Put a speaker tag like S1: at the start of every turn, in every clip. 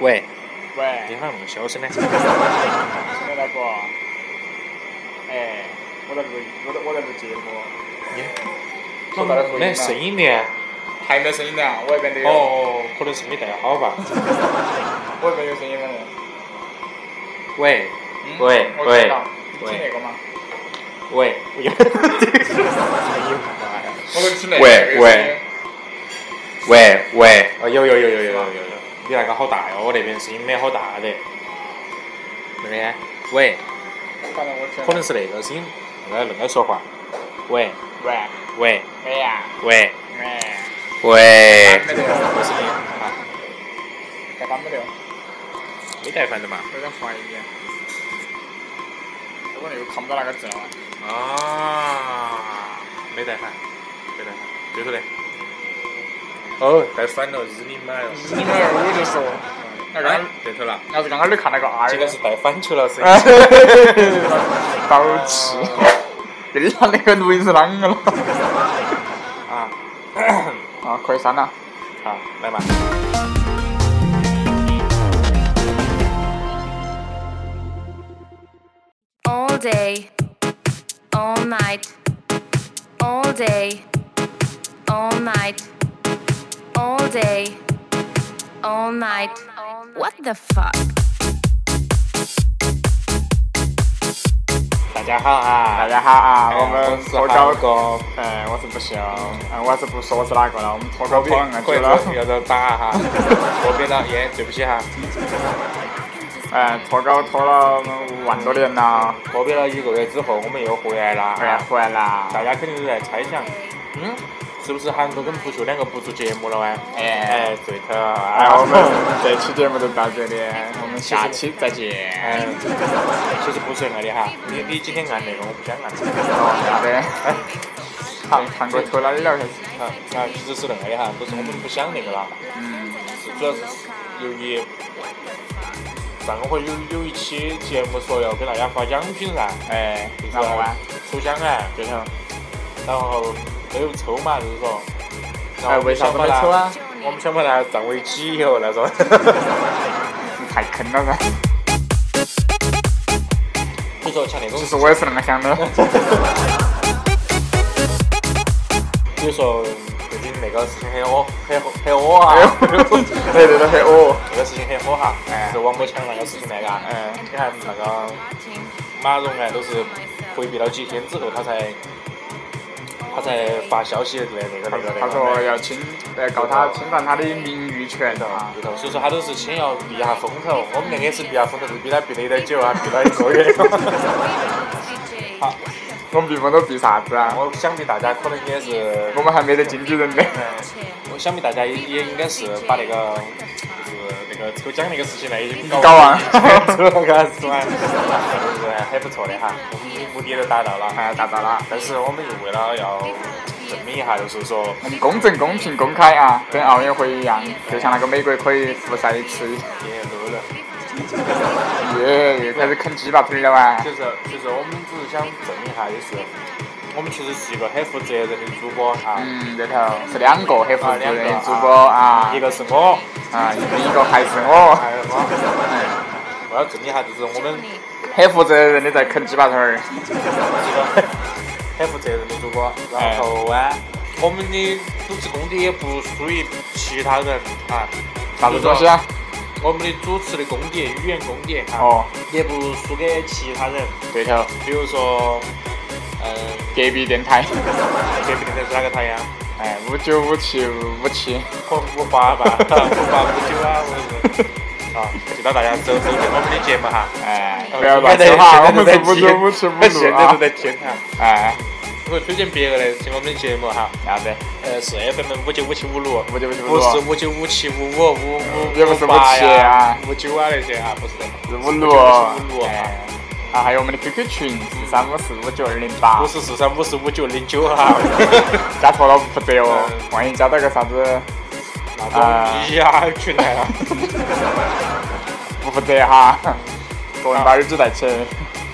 S1: 喂，
S2: 喂，
S1: 电话唔小声咧。
S2: 听到不？哎，我在录，我在我在录节目，说白了可以
S1: 没
S2: 吗
S1: 声音的。
S2: 还有没有声音呢？我这边都有，
S1: 啊哦，可能是没带好吧。
S2: 我这边有声音了呢。
S1: 喂，
S2: 嗯
S1: 喂
S2: 我
S1: 喂
S2: 知道，你
S1: 喂
S2: 听那个吗？
S1: 喂，
S2: 我给你听那个。
S1: 喂
S2: 有声音
S1: 喂 喂喂，啊有有有有有有有，你那个好大哦，我那边声音没好大的。那个，啊喂，
S2: 反正我听。
S1: 可能是那个声音，那个那个说话。喂
S2: 喂
S1: 喂
S2: 喂哎呀
S1: 喂
S2: 喂，
S1: 喂
S2: 干，没得哟，
S1: 有声音啊，
S2: 该干没得哟，
S1: 没带饭的啊嘛？
S2: 有点啊怀疑。我可能又看不到那个字了。
S1: 啊，没带反，没带反，对头嘞。哦，带反了，日你妈哟！
S2: 你们二我就说，那刚
S1: 哎，对头了，
S2: 要是刚刚你看那个 R，
S1: 这个是带反球了，是。
S2: 爆气，又让那个录音师啷个了？
S1: 啊，
S2: 啊，可以删了。
S1: 好，来嘛。
S3: all day, all night, all day, all night, all day, all night. What the fuck?
S1: 大家好啊，
S2: 大家好啊，
S1: 哎
S2: 我们
S1: 是
S2: 脱
S1: 好
S2: 稿
S1: 哥，
S2: 哎，我是不秀，哎，我还是不说是哪个了，我们脱稿
S1: 我
S2: 跑 硬
S1: 可以
S2: 久了，
S1: 要不要打哈？啊我别了，耶，对不起哈，
S2: 哎，脱稿脱了万多年了，
S1: 我别了一个月之后，我们又回来了
S2: 哎，
S1: 啊。
S2: 回来啦，
S1: 大家肯定都在猜想，嗯，是不是韩哥跟不秀两个不做节目了哎？
S2: 哎，
S1: 哎，对头。哎，，
S2: 哎我们这期节目就到这里，我们下期再见。
S1: 嗯，其实不是很爱的哈，你你今天按那个，我不想按。
S2: 哦，好 的，韩韩国脱哪里了？还是
S1: 啊啊，其实是那个的哈，不是我们不想那个了，
S2: 嗯，
S1: 是主要是由于上回有有一期节目说要给大家发奖品噻，
S2: 哎，
S1: 就是
S2: 然后啊，
S1: 抽奖哎，
S2: 对头，
S1: 然后没有抽嘛，就是说，然
S2: 哎，
S1: 后
S2: 为啥子没抽啊？
S1: 我们想把它占为己有那 种。
S2: 你太坑了噻！
S1: 你说像那种
S2: 其，实我也是那么想的。
S1: 比如说最近那个事情很火，很火很火啊
S2: 哎，呦， 对对对，很哦，
S1: 那个事情很火哈，
S2: 哎
S1: 是王宝强那个事情那个，
S2: 哎，
S1: 你看那个。马蓉啊，都是回避到几天之后，他才他才发消息那那个那个那个。
S2: 他说要侵，呃，告他侵犯他的名誉权啊。
S1: 对头，所以说他都是先要避下风头，我们那个也是避下风头，是避他避了有点久啊，避了一个月。好，
S2: 我们避风头避啥子啊？
S1: 我想必大家可能也是，
S2: 我们还没得经纪人呢。
S1: 我想必大家也也应该是把那个就是那个抽奖那个事情呢已经搞
S2: 搞 完，
S1: 抽了 个是吧？就是很不错的哈，我们目的都达到了，
S2: 哎，达到了。
S1: 但是我们又为了要证明一下，就是说。
S2: 我们公正、公平、公开啊，跟奥运会一样，就像那个美国可以复赛一次，
S1: 也录了，
S2: 耶，又开始啃鸡巴腿了啊哇！
S1: 就是就是我们只是想证明一下，就是我们其实是一个很负责任的主播啊，
S2: 嗯，对头，是两个很负
S1: 啊
S2: 责
S1: 两
S2: 任
S1: 个
S2: 的主播啊
S1: 一，个是我，
S2: 啊，另一个哦还是我，
S1: 还有我，
S2: 嗯
S1: 我要证明一下，就是我们
S2: 很负责任的在啃鸡巴腿儿。
S1: 是一个 很负责任的主播，然后啊，我们的主持功底也不输于其他人啊，
S2: 啥子东西啊？
S1: 我们的主持的功底、语言功底啊，
S2: 哦，
S1: 也不输给其他人，
S2: 对头，
S1: 比如说，嗯，
S2: 隔壁电台，
S1: 隔壁电台是哪个台呀？
S2: 哎，五九五七五 七，
S1: 可能五八 吧，五八五九啊，我是。啊，就当大家收收听我们的节目哈。
S2: 哎， 不要乱说话，我们是五 九五七
S1: 现
S2: 五六
S1: 在都
S2: 啊，
S1: 在听哈。
S2: 哎，
S1: 我推荐别个来听我们的节目哈，
S2: 啥子？
S1: 呃，是 FM 五九五七五六，
S2: 五九五七五
S1: 不是
S2: 六，啊
S1: 五九五七五五五五
S2: 也不是
S1: 五八
S2: 57
S1: 呀
S2: 啊、
S1: 五九啊那些啊，不是的，
S2: 是五六，
S1: 56
S2: 哎，啊，还有我们的 QQ 群四三五四五九二零八
S1: 五，十四三五十五九零九啊哈，
S2: 加错了不得哦
S1: 嗯，
S2: 万一加到个啥子
S1: 那
S2: 啊
S1: 种一呀群来了，
S2: 不负责 哈，各人把耳机戴起，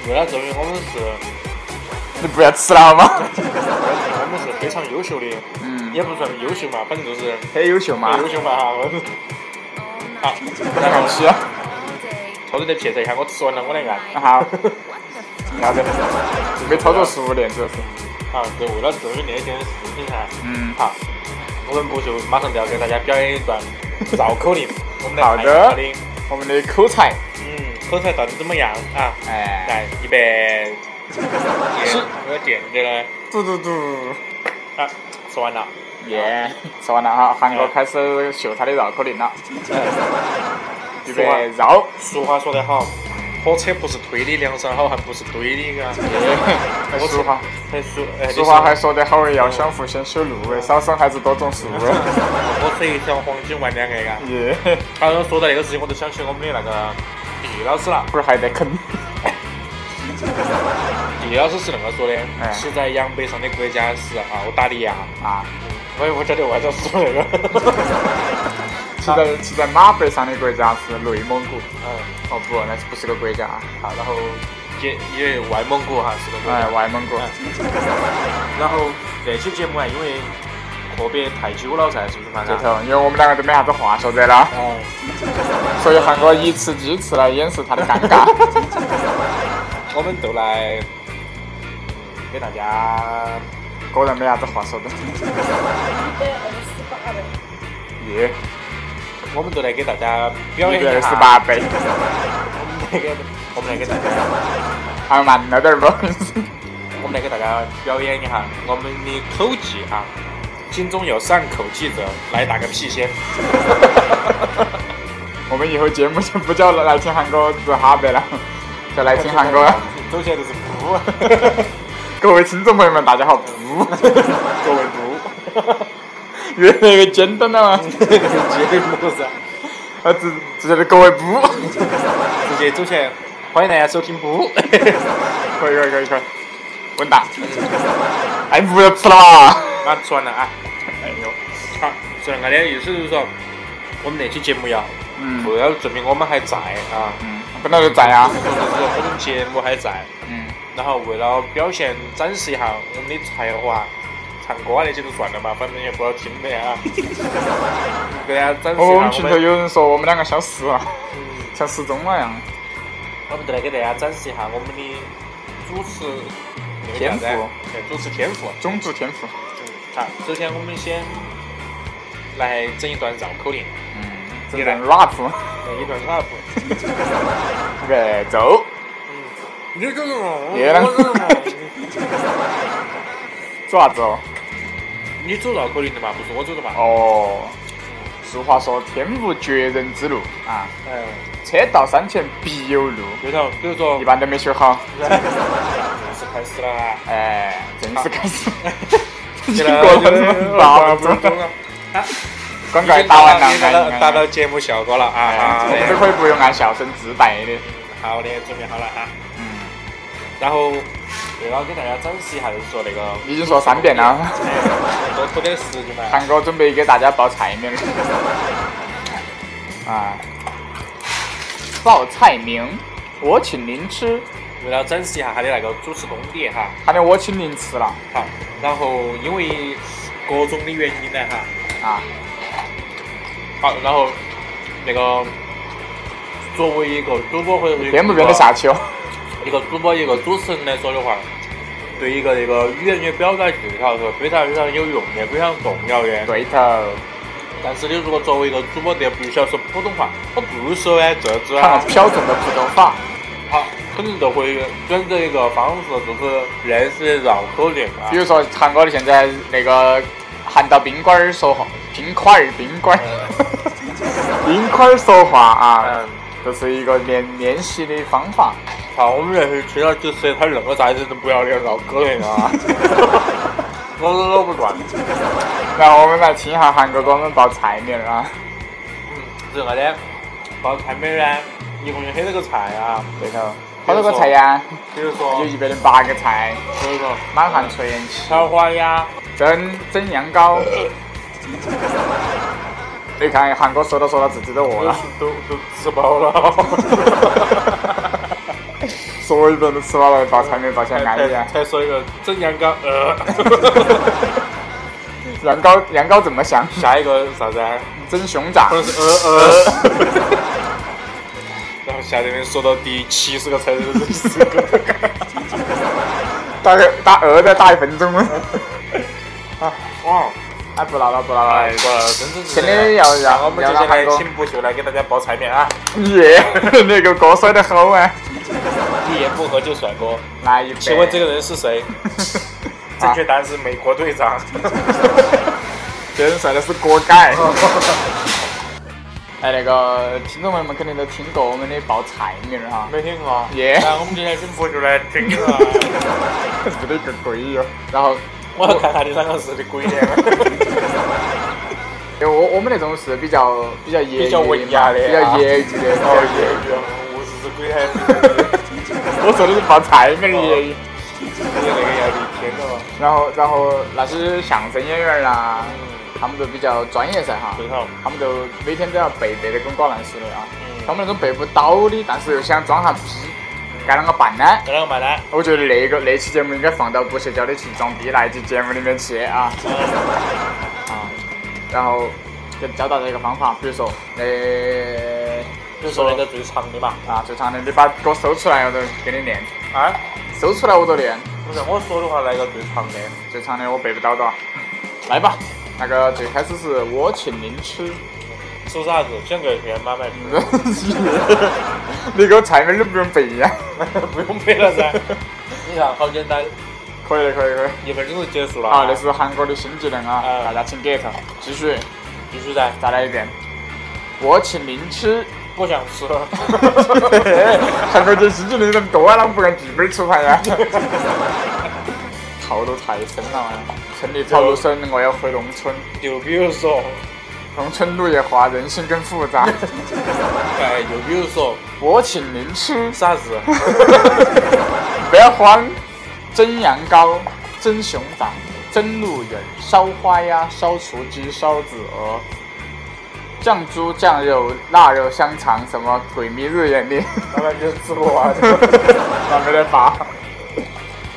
S1: 为了证明我们是，
S2: 你不要吃了好 吗？
S1: 为了证明我们是非常优秀的，
S2: 嗯，
S1: 也不算优秀嘛，反正就是
S2: 很优秀嘛
S1: 很，优秀嘛哈。 啊，那老师，
S3: all day,
S1: 操作台撇一下，我说了我那个，
S3: night.
S2: 好，
S3: What the fuck?
S2: 然后就准备操作十五年，这是。
S1: 啊，对，为了证明那件事情噻，
S2: 嗯，
S1: 好，我们不就马上就要给大家表演一段绕口 令，我们来
S2: 好
S1: 看一下
S2: 的
S1: 它的，
S2: 我们的口才，
S1: 嗯，口才到底怎么样啊？
S2: 哎，
S1: 来，预备，
S2: 是
S1: 我要见着呢，
S2: 嘟嘟嘟，
S1: 啊，说完了，
S2: 耶，说完了哈，韩哥开始秀他的绕口令了，预备绕，
S1: 俗话说得好，火车不是推的，梁山好汉不是堆的，嘎。
S2: 哎
S1: 我
S2: 俗话，
S1: 还俗，哎，
S2: 俗话还说得好，要想富先修路，哎少生孩子多种树，
S1: 火车一条黄金万两个，嘎。
S2: 耶，
S1: 刚刚说到那个事情，我就想起我们的那个地理老师了。
S2: 龟儿还得 啃，
S1: 地理老师是那么说的：
S2: 哎
S1: 是在洋背上的国家是澳大利亚。
S2: 啊，
S1: 我也不晓得为啥说那 个。
S2: 骑在骑在马背上的国家是内蒙古，
S1: 嗯，
S2: 哦不，那是不是个国家啊？好，然后
S1: 也因为外蒙古哈是个国
S2: 哎
S1: 家。
S2: 外蒙古，
S1: 然后这期节目啊，因为阔别太久了噻，是不是嘛？
S2: 对头，因为我们两个都没啥子话说得了。
S1: 哦，
S2: 所以韩哥以吃鸡翅来掩饰他的尴尬。
S1: 我们都来嗯给大家
S2: 果然没啥子话说的。耶，
S1: 我们都来给大家表
S2: 一
S1: 演
S2: 百
S1: 一
S2: 二十
S1: 下，
S2: 八倍，
S1: 我们来给大家，
S2: 还慢了点儿吧。
S1: 我们来给大家表演一下我们的口技啊，心中有善口技者来打个屁先。
S2: 我们以后节目就不叫来听韩哥治哈 白了，就来听韩 哥。
S1: 走起来就是不，
S2: 各位听众朋友们，大家 好，不，
S1: 各位不，
S2: 越来越简单 了嘛。
S1: 这个节目噻，
S2: 呃，直直接的各位不，
S1: 直接走起来。欢迎大家收听不，
S2: 可以可以可以可以，稳当。哎，不要吃了嘛。
S1: 啊，说完了啊，
S2: 哎呦，
S1: 好，是那个的意思就是说，我们那期节目要
S2: 嗯
S1: 不要证明我们还在啊，
S2: 嗯，本来就在呀。
S1: 就是说我们节目还在。
S2: 嗯，
S1: 然后为了表现展示一下我们的才华，唱歌啊那些就算了嘛，反正也不好听的 啊。给大家展示一下
S2: 哦我
S1: 我
S2: 们
S1: 们
S2: 群头有人说啊我们两个消失了，
S1: 嗯
S2: 像失踪了一样。
S1: 我们就来给大家展示一下我们的主持那个叫啥子
S2: 天赋
S1: 对，主持天赋。
S2: 种族天赋。
S1: 嗯，好，首先我们先来整一段绕口令，
S2: 嗯，这人 rap，
S1: 一段 rap。
S2: 越走，
S1: 嗯，你这个啊我
S2: 别了做啥子哦？
S1: 你走绕口令的嘛，不是我走的嘛？
S2: 哦，俗话说天无绝人之路啊，
S1: 嗯，
S2: 车到山前必有路，
S1: 对头，比如说
S2: 一， 般都没学好。
S1: 正式开始了啊。
S2: 哎，正式开始，已
S1: 这
S2: 经
S1: 个
S2: 过了分钟八分钟，
S1: 了，啊，
S2: 广告打完了，
S1: 达到达
S2: 哎
S1: 到节目效果了啊！
S2: 哎
S1: 好
S2: 我们都
S1: 的，
S2: 可以不用按笑声自带的。
S1: 好的，准备好了啊。
S2: 嗯，
S1: 然后为了给大家展示一下，就是说那个，
S2: 已经说三遍了，
S1: 哎，多拖点时间嘛。
S2: 韩哥准备给大家报菜名 儿。啊，报菜名，我请您吃。
S1: 为了展示一下他的那个主持功底哈，
S2: 他的我请您吃了
S1: 好，然后因为各种的原因呢哈，
S2: 啊，
S1: 好，然后那个作为一个主播或者是
S2: 编不编得下去哦？
S1: 一个主播一个主持人来说的话，对一个这个语言的表达技巧是非常非常有用的，非常重要的。
S2: 对头，
S1: 但是你如果作为一个主播，这必须要说普通话，我不说哎，这这
S2: 看
S1: 啊
S2: 了，标准的普通话，
S1: 好，可能就会选择一个方式，就是类似绕口令啊
S2: 比。如说韩哥的现在那个喊到冰棍儿说话，冰块儿冰棍儿，冰块儿说话啊
S1: 嗯，
S2: 这是一个练练习的方法。
S1: 好，我们认识群了支持他任何啥子都不要脸绕口令啊，我都都不转。
S2: 然后我们来听一下韩哥给我们报菜名儿啊，
S1: 嗯，是啥的？报菜名呢，一共有很多个菜啊，
S2: 对头，好多个菜呀，
S1: 比如说
S2: 有，一百零八个菜，
S1: 比如说
S2: 满汉垂杨起，
S1: 小花鸭。
S2: 蒸蒸羊羔。你看韩哥说着说着自己都饿
S1: 我
S2: 了。
S1: 都都吃饱 了。
S2: 所有人都吃饱了，哎
S1: 啊哎
S2: 报菜名报起来安逸
S1: 才
S2: 啊！
S1: 才说一个蒸羊羔，呃，
S2: 羊羔羊羔怎么想？
S1: 下一个啥子啊？
S2: 真熊掌
S1: 或，者是呃 呃。然后下面说到第七十个才是真实个。
S2: 大概大鹅再大一分钟。
S1: 哇！
S2: 哎，不唠了，不唠
S1: 哎，哇，
S2: 了。
S1: 真真是
S2: 肯定要
S1: 然后我们
S2: 让要
S1: 接下
S2: 让
S1: 来
S2: 韩国
S1: 请不秀来给大家报菜名啊！
S2: 耶， 那个锅摔得好啊！
S1: 一言不合就甩锅。
S2: 来一杯。
S1: 请问这 个人是谁？正确答案是美国队长。
S2: 别人甩的是锅盖。
S1: 哦
S2: 哎，那个听众朋友们肯定都听过我们的报菜名儿哈，
S1: 没听过。
S2: 耶
S1: 那我们今天请不秀来听啊！
S2: 不得个鬼哟。然后，
S1: 我要看看你哪个是的鬼脸。
S2: 因为我我们那种是比较比较业余
S1: 比较文雅的
S2: 比
S1: 啊
S2: 较业余的，比较业余。
S1: 余啊，我是这鬼还是
S2: 我说的是报菜名儿业余。
S1: 那个要比天的嘛？
S2: 然后，然后那些相声演员啦，他们都比较专业噻哈，
S1: 嗯对头。
S2: 他们都每天都要背背得跟瓜烂似的啊
S1: 嗯。
S2: 他们那种背不到的，但是又想装下逼，该啷个办呢？
S1: 该啷个办呢？
S2: 我觉得那个那期节目应该放到不社交的去装逼那一期节目里面去啊
S1: 嗯
S2: 啊，然后就教大家一个方法，比如说，呃，
S1: 就说那个最长的嘛。
S2: 啊，最长的你把歌搜出来，我都给你念，
S1: 啊？
S2: 搜出来我都念，
S1: 不是，我说的话来个最长的。
S2: 最长的我背不到的，来吧，那个最开始是我请您吃。
S1: 说啥子？想给钱买买皮，
S2: 你给我菜名都不用背呀、
S1: 不用背了噻。 你看，好简单，
S2: 可以的，可以的，可以的。
S1: 一分钟就结束了。
S2: 好，那是韩国的新技能啊，
S1: 啊
S2: 大家请 get。继续，
S1: 继续噻。
S2: 再来一遍。我请您吃。
S1: 我想 吃。
S2: 韩国这新技能人多啊，啷个不按剧本出牌啊 呀、套路太深了嘛。城里套路深，我要回农村。
S1: 就比如说，
S2: 农村路也滑，人性更复杂。
S1: 哎，就比如说
S2: 我请您吃，
S1: 啥子？
S2: 不要慌。蒸羊羔，蒸熊掌，蒸鹿眼，烧花鸭，烧雏鸡，烧子鹅，酱猪酱肉，腊肉香肠，什么鬼迷日眼的，
S1: 那然就吃不 完。
S2: 那没得法。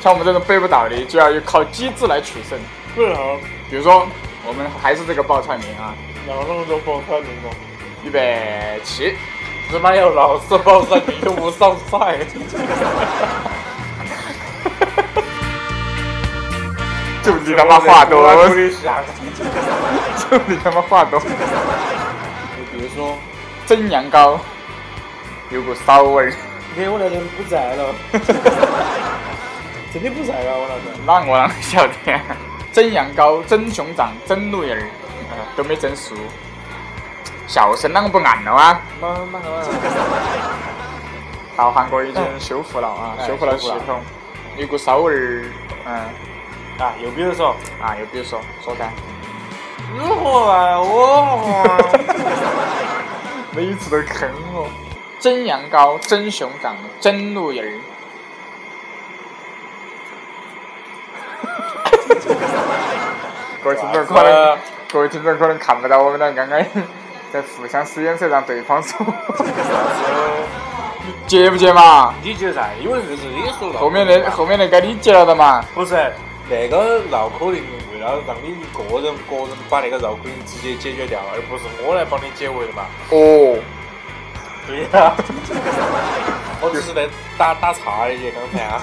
S2: 像我们这种背不倒的，就要靠机智来取胜。
S1: 不是哈，
S2: 比如说，我们还是这个报菜名啊，
S1: 两分钟包三零了。
S2: 预备起。
S1: 他妈要老是包三零就不上 菜。
S2: 就你他妈话多，啊
S1: 我也想。
S2: 就你他妈话多。
S1: 就比如说，
S2: 蒸羊羔，有股骚味儿。
S1: 你看我那天不在了，真的不在了，啊我那天。
S2: 那我啷个晓得？蒸羊羔、蒸熊掌、蒸鹿眼儿、呃都没蒸熟。笑声啷个不按了啊？
S1: 妈妈妈，
S2: 到韩国已经修复了啊，
S1: 哎
S2: 修复了系
S1: 修复了
S2: 统，有股骚味儿。嗯，
S1: 啊，又比如说，
S2: 啊，又比如说说噻，
S1: 如何爱 我？
S2: 每一次都坑我。蒸羊羔、蒸熊掌、蒸鹿眼儿。 各位听众可
S1: 呃
S2: 能，各位听众可能看不到我们俩刚刚 在互相使眼色让对方说。接不接嘛？
S1: 你决赛，呃因为这是你说的。
S2: 后面那后面那该你接了的嘛？
S1: 不是那个绕口令，为了让你一个人个人把那个绕口令直接解决掉，而不是我来帮你解围的嘛。
S2: 哦，
S1: 对呀、 我只是在打打岔而已，刚才啊。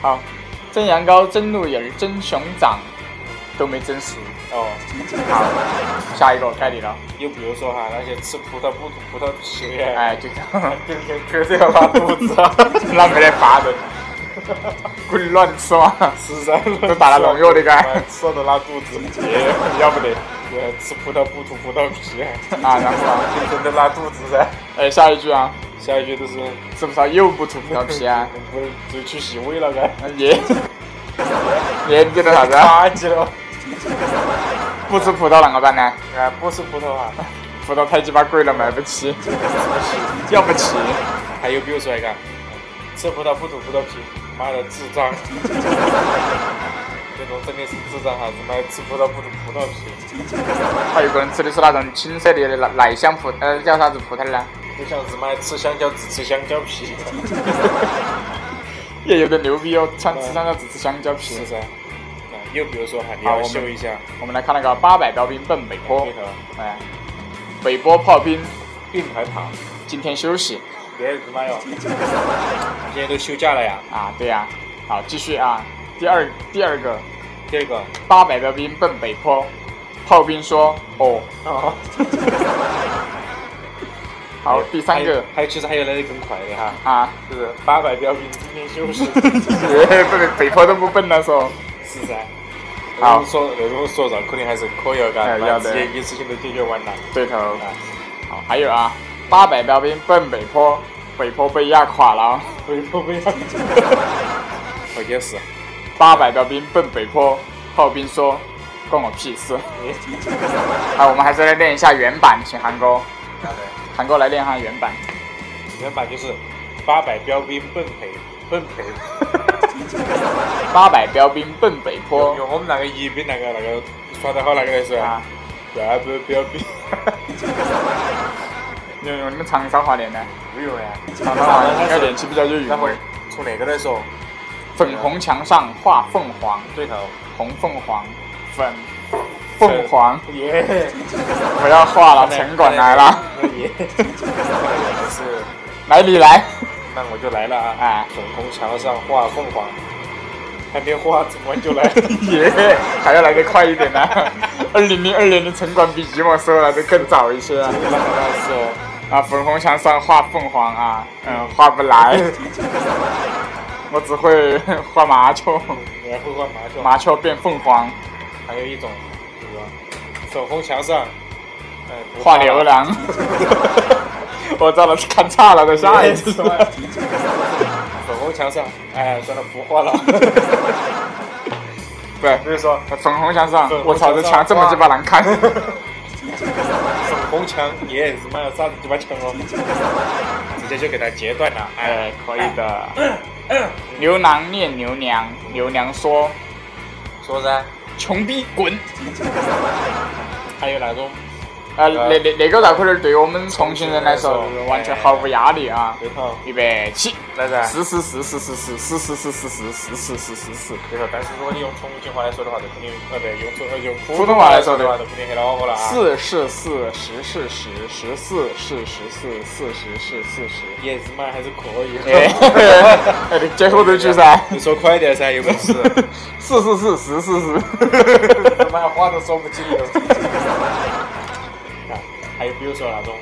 S2: 好，蒸羊羔、蒸鹿眼儿、蒸熊掌都没蒸熟。
S1: 哦，
S2: 好，下一个该你了。
S1: 又比如说哈，那些吃葡萄不吐葡萄皮的人，
S2: 哎，对的，
S1: 天天绝对要拉肚子，
S2: 啊
S1: 啊
S2: 那没得法子， 滚乱吃嘛。
S1: 吃噻，
S2: 都打了农药的该
S1: 吃了都拉肚子，要不得。对吃葡萄不吐葡萄皮，
S2: 啊，然后啊，
S1: 天天都拉肚子噻。
S2: 哎，下一句啊，
S1: 下一句就是，
S2: 是不是又不吐 葡萄皮啊？
S1: 不是就去洗胃了该。
S2: 耶耶，你觉得啥子啊？
S1: 垃圾了。
S2: 不吃葡萄啷个办呢？
S1: 啊，不吃葡萄啊。
S2: 葡萄太鸡巴贵了，买不 起，要不起。
S1: 还有比如说一个，吃葡萄不吐葡萄皮，妈的智障。这种真的是智障哈，他妈吃葡萄不吐葡萄皮，
S2: 还有个人吃的是那种青色的奶奶香葡，呃，叫啥子葡萄呢？
S1: 就像是妈吃香蕉只吃香蕉皮，
S2: 也有点牛逼哦，像吃香蕉只吃香蕉皮
S1: 是。噻。又比如说，喊你
S2: 好
S1: 要
S2: 我们
S1: 秀一下
S2: 我们来看那个八百标兵奔北坡
S1: 配，合
S2: 哎，北坡炮兵
S1: 并排跑，
S2: 今天休息
S1: 别人他妈哟！现在都休假了呀。
S2: 啊，对呀、好，继续啊，第二第二个
S1: 第二个，
S2: 八百标兵奔北坡，炮兵说哦，
S1: 哦，
S2: 好，第三个
S1: 还有其实还有那个更快的哈，
S2: 啊，
S1: 就是八百标兵今天休 息，
S2: 奔北坡都不奔了说，
S1: 是噻。
S2: 好
S1: 有这种说有这种说法，肯定还是可以的，嘎，
S2: 哎要
S1: 那
S2: 得
S1: 直接一次性都解决完 了。
S2: 对头，
S1: 啊，
S2: 好，还有啊，八百标兵奔北坡，北坡被压垮了，
S1: 不要不要，我也是，
S2: 八百标兵奔北坡，炮兵说关我屁事。啊，我们还是来练一下原版，请韩哥，
S1: 好的。
S2: 韩哥来练一下原版。
S1: 原版就是八百标兵奔北奔 北，
S2: 八百标兵奔北坡
S1: 用用我们那个宜宾那个那个耍得好那个来说，
S2: 啊，
S1: 八百标 兵，
S2: 用用你们长沙话练的，
S1: 不用呀。
S2: 长沙话应该练起比较有韵
S1: 那会
S2: 味
S1: 儿。从那个来说，
S2: 粉红墙上画凤凰，
S1: 对头，
S2: 红凤凰，粉凤凰，
S1: 耶，
S2: 不要画了，城管 来了，，
S1: 耶，是，
S2: 来你来，
S1: 那我就来了啊！
S2: 哎，
S1: 粉红墙上画凤凰，还没画，整完就来。
S2: 耶，还要来得快一点呢。二零零二年的城管比寂寞收来的更早一些啊。
S1: 那那是哦，
S2: 啊，粉红墙上画凤凰啊，嗯，画不来， 我只会 画麻雀，
S1: 你还会画麻将？
S2: 麻雀变凤凰，
S1: 还有一种，这个粉红墙上，呃，不
S2: 画牛
S1: 了。
S2: 郎。我知道了，看差了的下一次。
S1: 粉红墙上，哎，算了，不画了。
S2: 对，
S1: 就是说，
S2: 粉红啊墙上
S1: 粉，红
S2: 我朝着墙这么鸡巴难看。
S1: 粉红墙，耶，他妈要啥子鸡巴墙哦？直接就给它截断了，哎，
S2: 哎，可以的。牛郎念牛娘，牛娘说
S1: 说噻。：“
S2: 穷逼滚
S1: 还有那种！”
S2: 呃，那那那个绕口令对于我们重庆人来说
S1: 重庆人来说
S2: 完全毫无压力啊！
S1: 对头，
S2: 预备 起，
S1: 来噻。
S2: 十十十十十十十十十十十十十十十十。
S1: 对头，但是如果你用重庆话来说的话，就肯定呃不对，用重呃用
S2: 普通话来说
S1: 的
S2: 的
S1: 话，就肯定很恼火了啊。
S2: 四是四，十是十，十四是十四，四十是四十。
S1: 耶，他妈还是可以。
S2: 哎，你接后头句噻，
S1: 你说快点噻，有本事。
S2: 四四四十四十。
S1: 他 妈话都说不清了。 啊还有比如说那种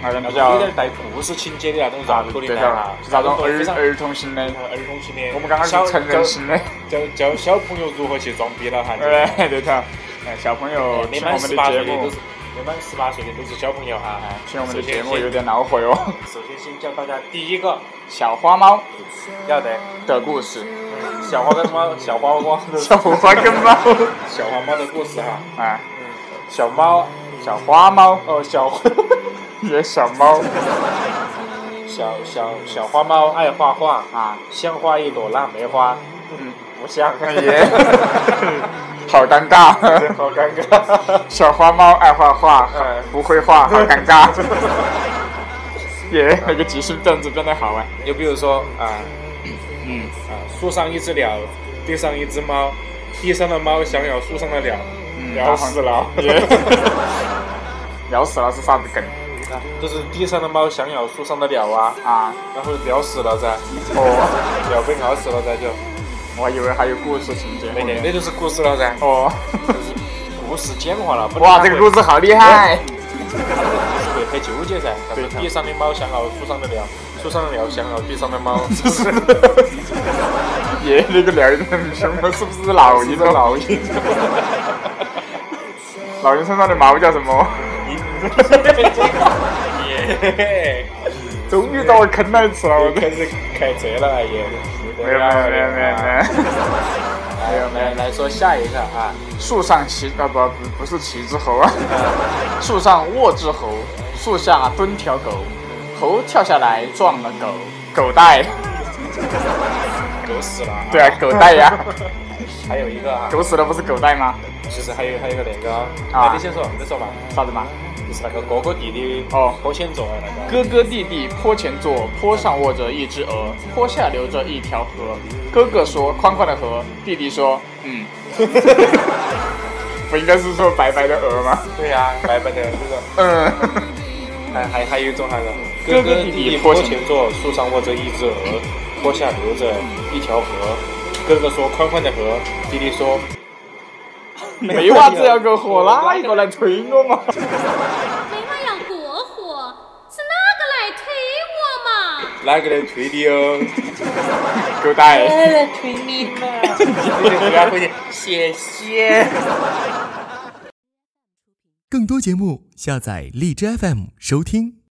S2: 好像
S1: 那
S2: 比
S1: 种有
S2: 较
S1: 点带故事情节的那种绕
S2: 啊，
S1: 口
S2: 对
S1: 令
S2: 头
S1: 啊，，
S2: 就是那种
S1: 或者非
S2: 儿
S1: 常
S2: 儿童型的。
S1: 儿童型的，
S2: 我们刚刚
S1: 小
S2: 是成人型的，
S1: 教教教小朋友如何去装逼了哈。就是
S2: 哎，对头。哎，小朋友
S1: 没
S2: 听
S1: 满
S2: 我们
S1: 十
S2: 的
S1: 八
S2: 节
S1: 岁的都
S2: 目
S1: 是，没满十八岁的都是小朋友哈
S2: 哎。，听我们的
S1: 首先
S2: 节目
S1: 先
S2: 有点恼火哟。
S1: 首先先教大家第一个
S2: 小花猫
S1: 要得，
S2: 的故事，
S1: 小花跟什么小花猫的
S2: 小花跟猫，
S1: 小花猫的故事哈。
S2: 哎，
S1: 小猫，
S2: 小花猫
S1: 哦，小
S2: 也小猫
S1: 小小小花猫爱画画，
S2: 啊，
S1: 像画一朵腊梅花，
S2: 嗯，
S1: 不像，
S2: 也好尴尬。
S1: 好尴尬。
S2: 小花猫爱画画，
S1: 嗯
S2: 不会画，好尴尬。 耶，那个即兴段子变得好哎。
S1: 又比如说啊
S2: 嗯，
S1: 啊，树上一只鸟，地上一只猫，地上的猫想咬树上的鸟，
S2: 嗯
S1: 咬死了。
S2: 耶， 聊死了是啥子梗
S1: 啊就是地上的猫想咬树上的鸟啊，
S2: 啊？
S1: 然后咬死了噻，
S2: 哦，
S1: 鸟被咬死了噻，就
S2: 我还以为还有故事情节后
S1: 没得，
S2: 面。
S1: 那就是故事了噻，
S2: 哦，
S1: 就是故事简化了。不然
S2: 哇，
S1: 它
S2: 这
S1: 会
S2: 个故事好厉害！
S1: 就是会很纠结噻。但是地上的猫想咬树上的鸟，树上的鸟想咬地上的猫，
S2: 耶，那个聊得很凶，是不是老鹰？老鹰，老鹰身上的毛叫什么？
S1: 耶！
S2: 终于到我坑那一次了，我
S1: 我
S2: 的。
S1: 开始开车了，哎耶！
S2: 没有没有没有没有没有。
S1: 没有没有，来说下一个啊，
S2: 树上骑啊不不不是骑只猴啊， 树上卧只猴，树下蹲条狗，猴跳下来撞了狗，狗带，
S1: 狗死了。
S2: 对啊，狗带呀、
S1: 还有一个啊，
S2: 狗死了不是狗带吗？
S1: 其实还有还有一个那个，
S2: 啊
S1: 哎，你先说，你说嘛，
S2: 啥子嘛？
S1: 就是那个哥哥弟弟
S2: 哦
S1: 坡前坐的那个，
S2: 哥哥弟弟坡前坐，坡上卧着一只鹅，坡下流着一条河。哥哥说：“宽宽的河。”弟弟说：“ 嗯。”不应该是说白白的鹅吗？
S1: 对呀，白白的，就是。
S2: 嗯，
S1: 还还还有一种那个
S2: 哥哥
S1: 哥
S2: 弟弟
S1: 弟弟
S2: 坡
S1: 坡
S2: 前
S1: 前坐，树上握着一只鹅，坡下流着一条河。哥哥说宽宽的河，弟弟说
S2: 没娃子要个火，拉一个来推我嘛？
S4: 没嘛要过火，是哪个来推我嘛？
S1: 哪个来推你哦？
S2: 狗带，
S1: 你得回家回去，谢谢。
S5: 更多节目，下载荔枝 FM 收听。